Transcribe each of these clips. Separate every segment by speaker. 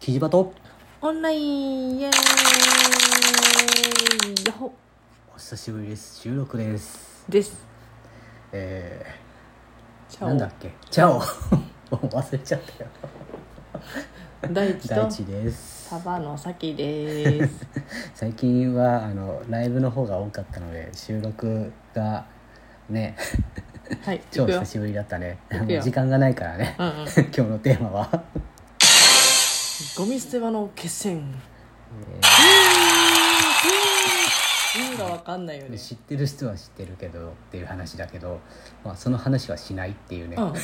Speaker 1: キジバト
Speaker 2: オンラインイエーイやっほ
Speaker 1: お久しぶりです収録です
Speaker 2: です
Speaker 1: え
Speaker 2: チ
Speaker 1: ー、なんだっけチャオ もう忘れちゃったよ
Speaker 2: 大地
Speaker 1: 大
Speaker 2: と
Speaker 1: 地です
Speaker 2: サバのさきです
Speaker 1: 最近はあのライブの方が多かったので収録がね
Speaker 2: はい
Speaker 1: 超
Speaker 2: いくよ
Speaker 1: 久しぶりだったね
Speaker 2: 行くよ
Speaker 1: 時間がないからね
Speaker 2: うんうん、
Speaker 1: 今日のテーマは、
Speaker 2: ゴミ捨て場の決戦意味がわかんないよ
Speaker 1: えー
Speaker 2: ね
Speaker 1: 知ってる人は知ってるけどっていう話だけど、まあ、その話はしないっていうね、
Speaker 2: うん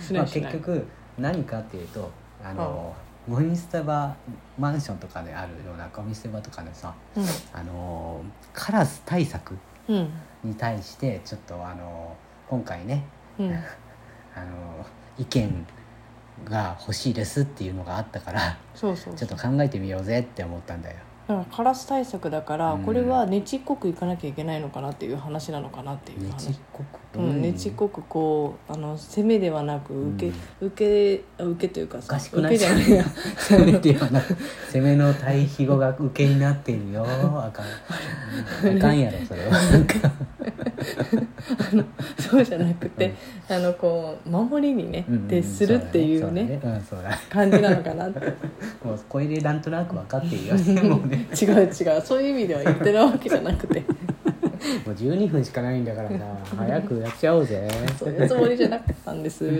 Speaker 2: しな
Speaker 1: まあ、
Speaker 2: いし
Speaker 1: 結
Speaker 2: ない、
Speaker 1: 局何かっていうとあの、ゴミ捨て場マンションとかであるようなゴミ捨て場とかでさあのカラス対策
Speaker 2: うんうん
Speaker 1: に対してちょっとあの今回ね
Speaker 2: う
Speaker 1: あ
Speaker 2: ん
Speaker 1: の意見が欲しいですっていうのがあったから
Speaker 2: そうそう
Speaker 1: ちょっと考えてみようぜって思ったんだよ。
Speaker 2: だからカラス対策だから、
Speaker 1: うん
Speaker 2: これはねちっこくいかなきゃいけないのかなっていう話なのかなっていう
Speaker 1: ね
Speaker 2: 話
Speaker 1: ちっこく、
Speaker 2: うん、ねちっこくこうあの攻めではなく受け、受けあ受けというか
Speaker 1: お
Speaker 2: さ
Speaker 1: かしくな
Speaker 2: 受
Speaker 1: い
Speaker 2: けじゃない や
Speaker 1: 攻めてはなく攻めの対比語が受けになってるよ あかんあかんやろそれは
Speaker 2: そうじゃなくて、あのこう守りにね、
Speaker 1: うんうん
Speaker 2: 徹するっていうね
Speaker 1: そうだね
Speaker 2: 感じなのかなって
Speaker 1: うんそうだねもうこれでなんとなく分かってるよねもう ね
Speaker 2: 違う違うそういう意味では言ってるわけじゃなくて
Speaker 1: もう12分しかないんだからさ早くやっちゃおうぜ
Speaker 2: そういうつもりじゃなかったんです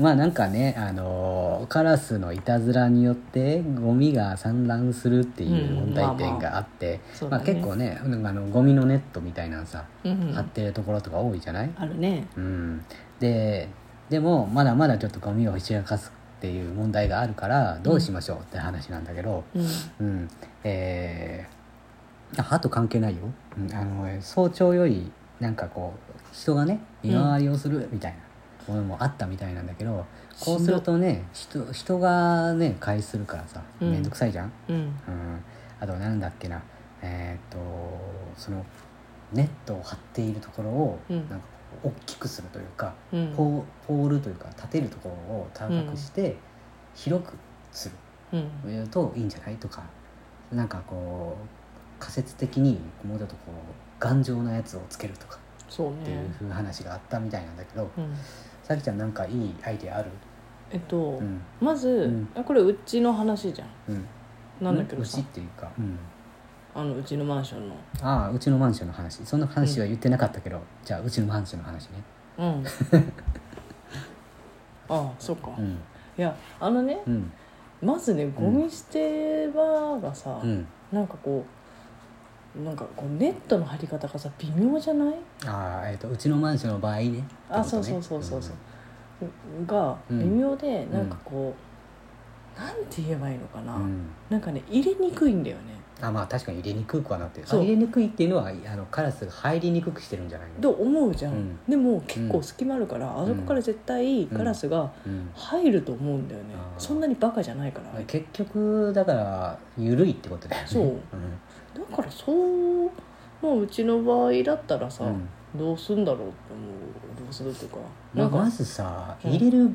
Speaker 1: まあなんかねあのーカラスのいたずらによってゴミが散乱するっていう
Speaker 2: う
Speaker 1: 問
Speaker 2: ん
Speaker 1: 題点があって、
Speaker 2: ま
Speaker 1: ま
Speaker 2: あま
Speaker 1: あ
Speaker 2: あ
Speaker 1: 結構ねなんかあのゴミのネットみたいなのさ、
Speaker 2: うんうん
Speaker 1: 貼ってるところとか多いじゃない、
Speaker 2: あるね
Speaker 1: うん、ででもまだまだちょっとゴミをひしらかすっていう問題があるからどうしましょうって話なんだけど、
Speaker 2: うん
Speaker 1: うん、えー、あと関係ないよ、うんあの早朝よりなんかこう人がね見回りをするみたいなものもあったみたいなんだけど、こうするとね人人がね介するからさ
Speaker 2: うん
Speaker 1: 面倒くさいじゃん、
Speaker 2: うん
Speaker 1: うんあとなんだっけなえーっとそのネットを張っているところを
Speaker 2: うん
Speaker 1: なんかこう大きくするというか、
Speaker 2: うん
Speaker 1: ポーポールというか立てるところを高くして広くする。
Speaker 2: うん
Speaker 1: 言うといいんじゃないとかなんかこう仮説的にもうちょっとこう頑丈なやつをつけるとか
Speaker 2: そう
Speaker 1: ってい
Speaker 2: ね
Speaker 1: う風話があったみたいなんだけど、
Speaker 2: うん
Speaker 1: さきちゃんなんかいいアイデアある
Speaker 2: えっと、
Speaker 1: うん
Speaker 2: まず、
Speaker 1: うん
Speaker 2: あこれうちの話じゃん
Speaker 1: うん
Speaker 2: なんだけどさ
Speaker 1: うちっていうか、うん、
Speaker 2: あのうちのマンションの
Speaker 1: ああうちのマンションの話そんな話は言ってなかったけど、じゃあうちのマンションの話ね
Speaker 2: うん ああそうか、
Speaker 1: う
Speaker 2: い
Speaker 1: ん
Speaker 2: やあのね
Speaker 1: うん
Speaker 2: まずねゴミ捨て場がさ、
Speaker 1: うん
Speaker 2: なんかこうなんかこうネットの張り方がさ微妙じゃない
Speaker 1: ああえっ、とうちのマンションの場合ね
Speaker 2: あ
Speaker 1: ってこと
Speaker 2: そう
Speaker 1: ね
Speaker 2: そうそうそうそう、が
Speaker 1: うん
Speaker 2: 微妙で、
Speaker 1: ん
Speaker 2: なんかこうなんて言えばいいのかな、
Speaker 1: うんうん
Speaker 2: なんかね入れにくいんだよね
Speaker 1: あまあ確かに入れにくくはなってるあ
Speaker 2: そう
Speaker 1: 入れにくいっていうのはあのカラスが入りにくくしてるんじゃないの
Speaker 2: と思うじゃん、
Speaker 1: うん
Speaker 2: でも結構隙間あるから、あそこから絶対ガラスが
Speaker 1: うん
Speaker 2: 入ると思うんだよね、
Speaker 1: あー
Speaker 2: そんなにバカじゃないから、
Speaker 1: 結局だから緩いってことだよね
Speaker 2: そうだからそうまあうちの場合だったらさ、
Speaker 1: うんうん
Speaker 2: どうすんだろうって思うどうするっていうか
Speaker 1: ま
Speaker 2: な
Speaker 1: あ
Speaker 2: んか、
Speaker 1: まずさ
Speaker 2: うん
Speaker 1: 入れる、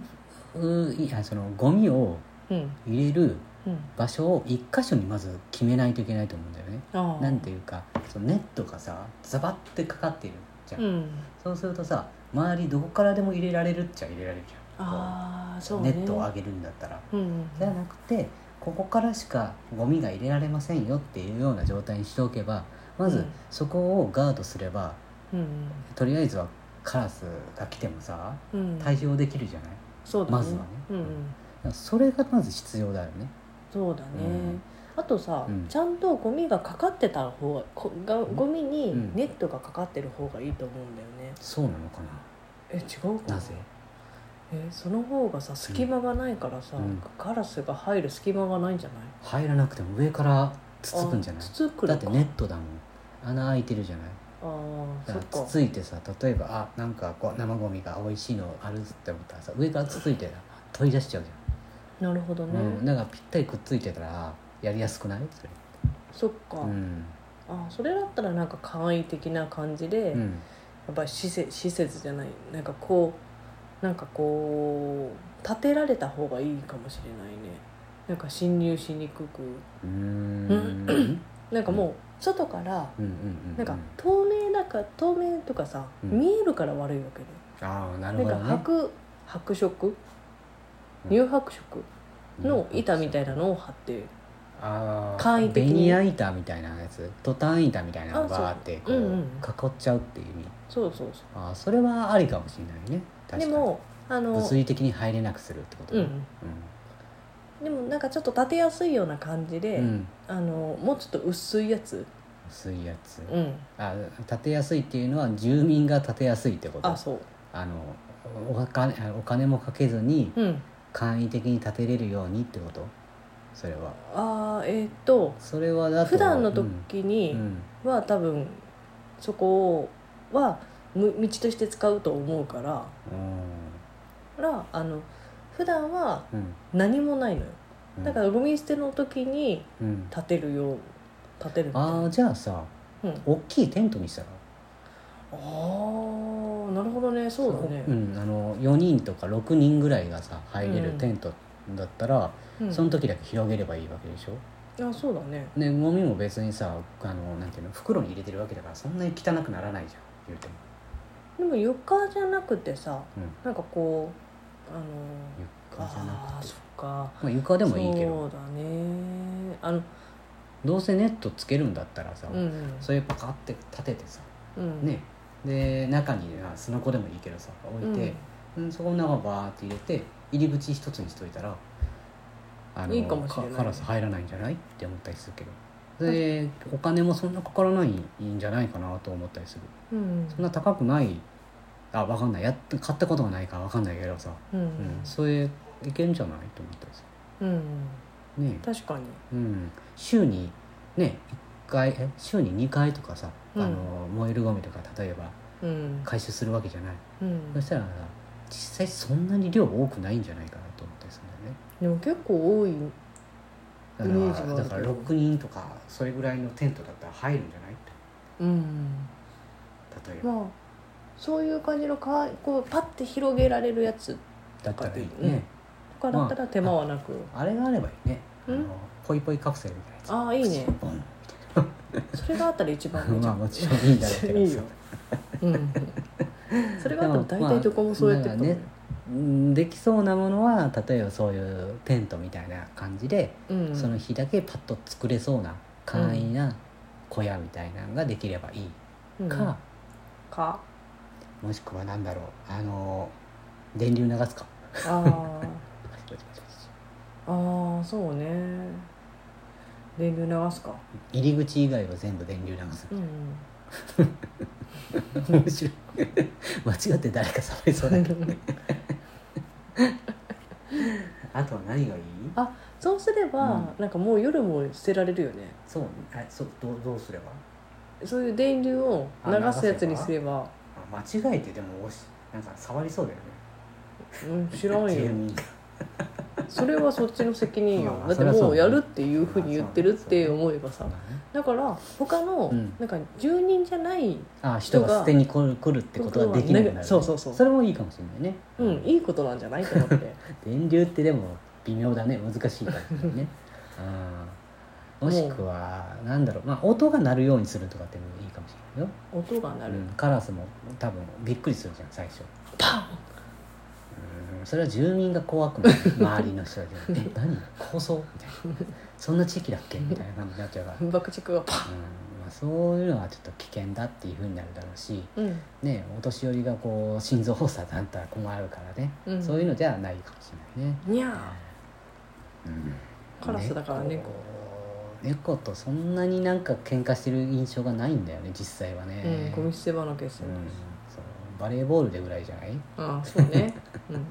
Speaker 1: ういやそのゴミを
Speaker 2: うん
Speaker 1: 入れる
Speaker 2: うん
Speaker 1: 場所を一箇所にまず決めないといけないと思うんだよね
Speaker 2: ああ
Speaker 1: なんていうかそのネットがさザバってかかってるじゃん、
Speaker 2: うん
Speaker 1: そうするとさ周りどこからでも入れられるっちゃ入れられるじゃん
Speaker 2: ああそう
Speaker 1: ネ
Speaker 2: ね
Speaker 1: ットを上げるんだったら
Speaker 2: うんうん
Speaker 1: じゃなくてここからしかゴミが入れられませんよっていうような状態にしておけばま
Speaker 2: う
Speaker 1: ず
Speaker 2: ん
Speaker 1: そこをガードすれば、
Speaker 2: うん
Speaker 1: とりあえずはカラスが来てもさ
Speaker 2: うんうん
Speaker 1: 対応できるじゃない、
Speaker 2: そうだね
Speaker 1: まずはね
Speaker 2: うんうん
Speaker 1: それがまず必要だよね
Speaker 2: そうだね、
Speaker 1: うん
Speaker 2: あとさ、
Speaker 1: うん
Speaker 2: ちゃんとゴミがかかってた方がこがゴミに
Speaker 1: うん
Speaker 2: ネットがかかってる方がいいと思うんだよね、
Speaker 1: そうなのか
Speaker 2: え違うか
Speaker 1: な
Speaker 2: な
Speaker 1: なぜ
Speaker 2: えその方がさ隙間がないからさ、
Speaker 1: うん
Speaker 2: カラスが入る隙間がないんじゃない
Speaker 1: 入らなくても上からつつくんじゃない
Speaker 2: あつつく
Speaker 1: だ
Speaker 2: の
Speaker 1: って
Speaker 2: か
Speaker 1: ネットだもん穴開いてるじゃない
Speaker 2: ああ
Speaker 1: だか
Speaker 2: そっ
Speaker 1: ら
Speaker 2: か
Speaker 1: つついてさ例えばあなんかこう生ゴミが美味しいのあるって思ったらさ上からつついて取り出しちゃうじ
Speaker 2: なるほど
Speaker 1: ゃ
Speaker 2: ね、
Speaker 1: ん、うん、だからぴったりくっついてたらやりやすくないそれ
Speaker 2: そっか、
Speaker 1: うん、
Speaker 2: あそれだったらなんか簡易的な感じで、
Speaker 1: う
Speaker 2: や
Speaker 1: ん、
Speaker 2: っぱり施設施設じゃないなんかこうなんかこう建てられた方がいいかもしれないねなんか侵入しにくく
Speaker 1: うーん
Speaker 2: なんかもう外から
Speaker 1: うんうんうんうん
Speaker 2: なんか透明だか透明とかさ、
Speaker 1: うん
Speaker 2: 見えるから悪いわけね
Speaker 1: ああなる
Speaker 2: な
Speaker 1: ほど
Speaker 2: んか
Speaker 1: ね
Speaker 2: 白白色
Speaker 1: うん
Speaker 2: 乳白色の板みたいなのを貼って
Speaker 1: ああ
Speaker 2: 簡易的に
Speaker 1: ベニヤ板みたいなやつトタン板みたいなの
Speaker 2: あそう
Speaker 1: があってこう、
Speaker 2: うんうん
Speaker 1: 囲っちゃうっていう意味
Speaker 2: そうそうそ
Speaker 1: ああそれはありかもしれないね確か
Speaker 2: う
Speaker 1: に
Speaker 2: でもあの
Speaker 1: 物理的に入れなくするってこと
Speaker 2: う
Speaker 1: ね
Speaker 2: んでもなんかちょっと立てやすいような感じ
Speaker 1: う
Speaker 2: で、
Speaker 1: ん、うん
Speaker 2: あのもうちょっと薄いやつ、
Speaker 1: 薄いやつ、
Speaker 2: うん、
Speaker 1: あ建てやすいっていうのは住民が建てやすいってこと
Speaker 2: あそう
Speaker 1: あのお金お金もかけずに
Speaker 2: うん
Speaker 1: 簡易的に建てれるようにってことそれは
Speaker 2: あーえーっと
Speaker 1: それはだと
Speaker 2: 普段の
Speaker 1: うん
Speaker 2: 時に
Speaker 1: うん
Speaker 2: は多分そこはむ道として使うと思うかららあの普段は
Speaker 1: うん
Speaker 2: 何もないのよ
Speaker 1: うん
Speaker 2: だからゴミ捨ての時に
Speaker 1: うん
Speaker 2: 立てるよう立てるみたい
Speaker 1: あ
Speaker 2: な
Speaker 1: あじゃあさ
Speaker 2: うん、
Speaker 1: 大きいテントにしたら
Speaker 2: あーなるほどねそうだね
Speaker 1: うん、あの4人とか6人ぐらいがさ入れるテントだったら、
Speaker 2: うん
Speaker 1: その時だけ広げればいいわけでしょ
Speaker 2: あそうだね
Speaker 1: でゴミも別にさあのなんていうの袋に入れてるわけだからそんなに汚くならないじゃん言うても
Speaker 2: でも床じゃなくてさ、
Speaker 1: うん
Speaker 2: なんかこうあの
Speaker 1: 床じゃな
Speaker 2: あー
Speaker 1: くて
Speaker 2: そっか
Speaker 1: まあ、床でもいいけ
Speaker 2: そ
Speaker 1: ど
Speaker 2: うだねあの
Speaker 1: どうせネットつけるんだったらさ、
Speaker 2: うんうん
Speaker 1: そういうパカって立ててさ
Speaker 2: うん
Speaker 1: ねで中にあすのこでもいいけどさ置いて、うんそこの中バーって入れて入り口一つにしといたらあ
Speaker 2: いいかもしれない
Speaker 1: カラス入らないんじゃないって思ったりするけどそれでお金もそんなかからないんじゃないかなと思ったりする
Speaker 2: うんうん
Speaker 1: そんな高くないあわかんないやっ買ったことがないからわかんないけどさ、
Speaker 2: うん
Speaker 1: うんそれいけんじゃないと思ったりす
Speaker 2: うんうん
Speaker 1: るねえ
Speaker 2: 確かに
Speaker 1: うん、週にね1回え週に2回とかさ、
Speaker 2: うん
Speaker 1: あの燃えるゴミとか例えば
Speaker 2: うん
Speaker 1: 回収するわけじゃない、
Speaker 2: うん
Speaker 1: そしたらさ実際そんなに量多くないんじゃないかなと思ったりする
Speaker 2: でも結構多い
Speaker 1: んだよねだからだ
Speaker 2: イメージはあるけど
Speaker 1: から6人とかそれぐらいのテントだったら入るんじゃないって
Speaker 2: うん
Speaker 1: 例えば、
Speaker 2: まあそういう感じのかこうパッて広げられるやつ
Speaker 1: だったらいい
Speaker 2: うん
Speaker 1: ね、
Speaker 2: とかだったら手間はなく、
Speaker 1: あれがあればいいねあ
Speaker 2: うん
Speaker 1: のポイポイカプセルみたいなやつ
Speaker 2: ああいいね
Speaker 1: ボン
Speaker 2: それがあったら一番いい じ
Speaker 1: ま
Speaker 2: ゃ
Speaker 1: あ
Speaker 2: ん
Speaker 1: もちろんいいんだろうけ
Speaker 2: い
Speaker 1: ど
Speaker 2: い
Speaker 1: さ
Speaker 2: ようんそれがあったら大体どこもそうやってると思うよ
Speaker 1: まうんできそうなものは例えばそういうテントみたいな感じで
Speaker 2: うん
Speaker 1: その日だけパッと作れそうな簡易な小屋みたいなのができればいい
Speaker 2: うん
Speaker 1: か、
Speaker 2: か
Speaker 1: もしくは何だろうあの電流流すか
Speaker 2: あーあーそうね電流流すか
Speaker 1: 入り口以外は全部電流流す
Speaker 2: うんう ん
Speaker 1: 面白い間違って誰か触りそうだけどあとは何がいい
Speaker 2: あ そうすれば、なんかもう夜も捨てられるよね
Speaker 1: そうあそうどうどうすれば
Speaker 2: そういう電流を流すやつにすれば
Speaker 1: あ間違えてでも押しなんか触りそうだよね
Speaker 2: うん 知らん
Speaker 1: 住
Speaker 2: よ
Speaker 1: 民が
Speaker 2: それはそっちの責任よ
Speaker 1: まあ
Speaker 2: だって
Speaker 1: そりゃ
Speaker 2: も
Speaker 1: そうう
Speaker 2: や
Speaker 1: だね
Speaker 2: るっていうふうに言ってるって思えばさだから他の
Speaker 1: うん
Speaker 2: なんか住人じゃない
Speaker 1: あ人が捨てに来る来るってことができなくなる、ね、
Speaker 2: そうそうそう
Speaker 1: それもいいかもしれないね、
Speaker 2: うんいいことなんじゃないと思って
Speaker 1: 電流ってでも微妙だね難しいから ねうんもしくはなんだろう、まあ、音が鳴るようにするとかっていうのもいいかもしれないよ、
Speaker 2: 音が鳴る
Speaker 1: うん、カラスも多分びっくりするじゃん最初
Speaker 2: パ
Speaker 1: うんそれは住民が怖くなる周りの人たちが「え何高層?」みたいな「そんな地域だっけ?」みたいな感じになっ ちゃうから、うん
Speaker 2: ン爆竹がパン
Speaker 1: まあ、そういうのはちょっと危険だっていうふうになるだろうし
Speaker 2: うん
Speaker 1: ね、お年寄りがこう心臓発作だったら困るからね、
Speaker 2: うん
Speaker 1: そういうのではないかもしれないね、
Speaker 2: にゃカラスだから猫
Speaker 1: 猫とそんなになんか喧嘩してる印象がないんだよね実際はね
Speaker 2: ー、うんゴ
Speaker 1: う
Speaker 2: ミ
Speaker 1: ん
Speaker 2: 捨て場のケース
Speaker 1: そうバレーボールでぐらいじゃない
Speaker 2: ああそう ねうん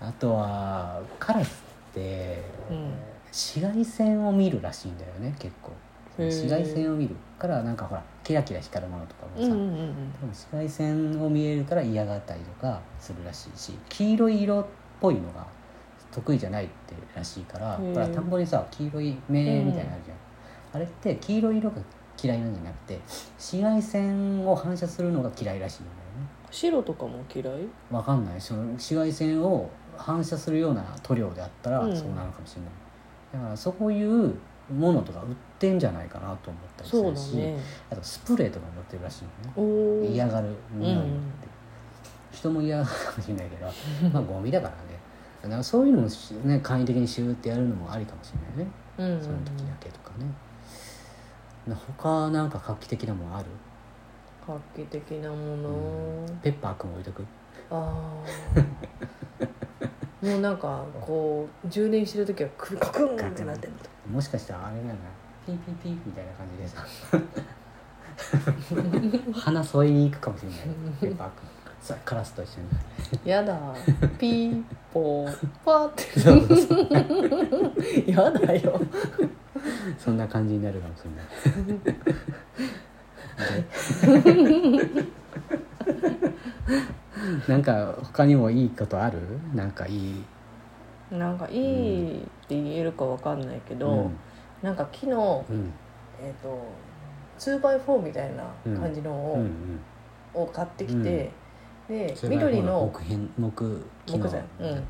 Speaker 1: あとはカラスって、
Speaker 2: うん
Speaker 1: 紫外線を見るらしいんだよね結構
Speaker 2: へー
Speaker 1: 紫外線を見るからなんかほらキラキラ光るものとかも
Speaker 2: う
Speaker 1: さ、
Speaker 2: んうんうんうん
Speaker 1: でも紫外線を見えるから嫌がったりとかするらしいし黄色い色っぽいのが得意じゃないってらしいから
Speaker 2: へえ
Speaker 1: ほら田んぼにさ黄色い目みたいなのあるじゃん、あれって黄色い色が嫌いなんじゃなくて紫外線を反射するのが嫌いらしいんだよね
Speaker 2: 白とかも嫌い
Speaker 1: わかんないその紫外線を反射するような塗料であったら
Speaker 2: うん
Speaker 1: そうなのかもしれない、だからそういうものとか売ってんじゃないかなと思ったりす
Speaker 2: そう
Speaker 1: る
Speaker 2: だ
Speaker 1: し、
Speaker 2: ね
Speaker 1: あとスプレーとかも売ってるらしいのね
Speaker 2: おお
Speaker 1: 嫌がる匂いって、
Speaker 2: うん
Speaker 1: 人も嫌がるかもしれないけど まあゴミだからねだからそういうのもしね簡易的にシューってやるのもありかもしれないね
Speaker 2: うん
Speaker 1: その時だけとかね、他なんか画期的なもんある
Speaker 2: 画期的なもの、
Speaker 1: ペッパーくん置いとく
Speaker 2: ああもうなんかこう充電してる時はクカクンってなってる
Speaker 1: もしかしたらあれだよなピーピーピーみたいな感じでさ鼻添いに行くかもしれないペッパーくんさカラスと一緒に
Speaker 2: やだピーポーパーって
Speaker 1: そうそうそう
Speaker 2: やだよ
Speaker 1: そんな感じになるかもしれ ない。でなんか他にもいいことある？なんかいい。
Speaker 2: なんかいいって言えるかわかんないけど、
Speaker 1: うん
Speaker 2: なんか木の
Speaker 1: うん
Speaker 2: えっ、と 2x4 みたいな感じの
Speaker 1: う
Speaker 2: を,、
Speaker 1: ん
Speaker 2: を買ってきて、で
Speaker 1: うん。
Speaker 2: 緑
Speaker 1: 木
Speaker 2: の
Speaker 1: 片木木
Speaker 2: 木材うん
Speaker 1: うん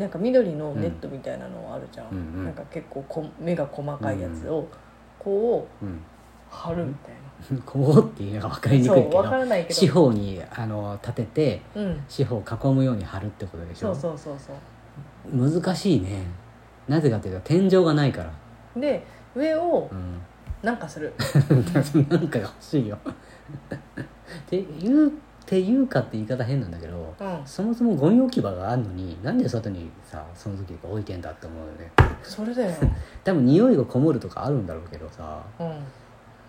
Speaker 2: なんか緑のネットみたいなのあるじゃん、
Speaker 1: うんうん
Speaker 2: なんか結構こ目が細かいやつをこう
Speaker 1: うん
Speaker 2: 貼るみたいな。
Speaker 1: うん。こうっていうのが分かりにくいけ
Speaker 2: そうわか
Speaker 1: ど、
Speaker 2: らないけど
Speaker 1: 四方にあの立てて
Speaker 2: うん
Speaker 1: 四方を囲むように貼るってことでし
Speaker 2: そ
Speaker 1: ょ。
Speaker 2: うそうそうそう
Speaker 1: 難しいね。なぜかというと天井がないから。
Speaker 2: で上を
Speaker 1: うん。
Speaker 2: なんかする、
Speaker 1: なんかが欲しいよ って言うって言うかって言い方変なんだけど
Speaker 2: うん、
Speaker 1: そもそもゴミ置き場があるのになんで外にさその時置いてんだって思うよね
Speaker 2: それ だよ、
Speaker 1: 多分匂いがこもるとかあるんだろうけどさ
Speaker 2: うん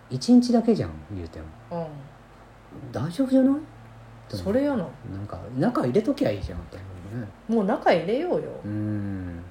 Speaker 1: 1日だけじゃん言うても
Speaker 2: うん、
Speaker 1: 大丈夫じゃない
Speaker 2: それやな
Speaker 1: なんか中入れときゃいいじゃんって思うね
Speaker 2: もう中入れようよ、
Speaker 1: うん